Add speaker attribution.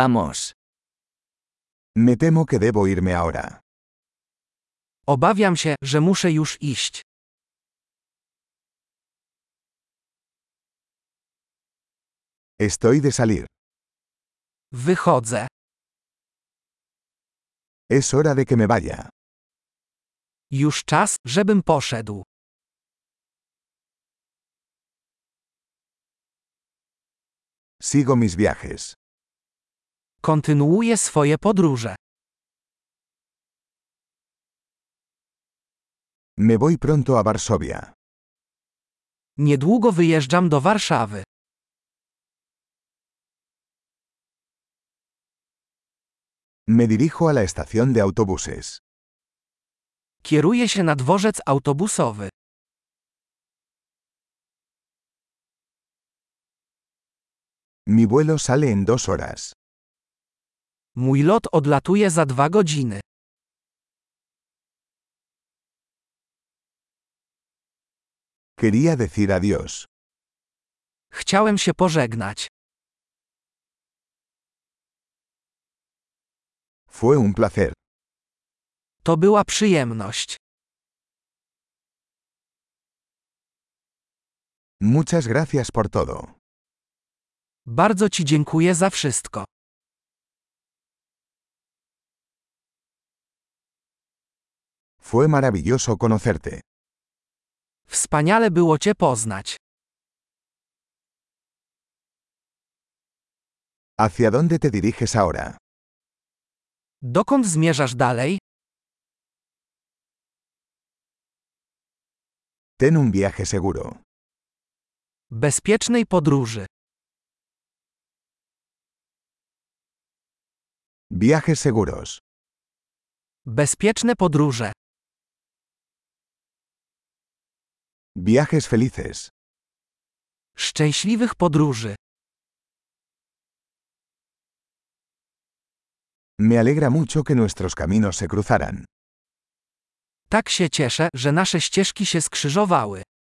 Speaker 1: Vamos.
Speaker 2: Me temo que debo irme ahora.
Speaker 1: Obawiam się, że muszę już iść.
Speaker 2: Estoy de salir.
Speaker 1: Wychodzę.
Speaker 2: Es hora de que me vaya.
Speaker 1: Już czas, żebym poszedł.
Speaker 2: Sigo mis viajes.
Speaker 1: Kontynuuję swoje podróże.
Speaker 2: Me voy pronto a Varsovia.
Speaker 1: Niedługo wyjeżdżam do Warszawy.
Speaker 2: Me dirijo a la estación de autobuses.
Speaker 1: Kieruję się na dworzec autobusowy.
Speaker 2: Mi vuelo sale en dos horas.
Speaker 1: Mój lot odlatuje za dwa godziny.
Speaker 2: Quería decir adiós.
Speaker 1: Chciałem się pożegnać.
Speaker 2: Fue un placer.
Speaker 1: To była przyjemność.
Speaker 2: Muchas gracias por todo.
Speaker 1: Bardzo Ci dziękuję za wszystko.
Speaker 2: Fue maravilloso conocerte.
Speaker 1: Wspaniale było Cię poznać.
Speaker 2: ¿Hacia dónde te diriges ahora?
Speaker 1: Dokąd zmierzasz dalej?
Speaker 2: Ten un viaje seguro.
Speaker 1: Bezpiecznej podróży.
Speaker 2: Viajes seguros.
Speaker 1: Bezpieczne podróże.
Speaker 2: Viajes felices.
Speaker 1: Szczęśliwych podróży.
Speaker 2: Me alegra mucho que nuestros caminos se cruzaran.
Speaker 1: Tak się cieszę, że nasze ścieżki się skrzyżowały.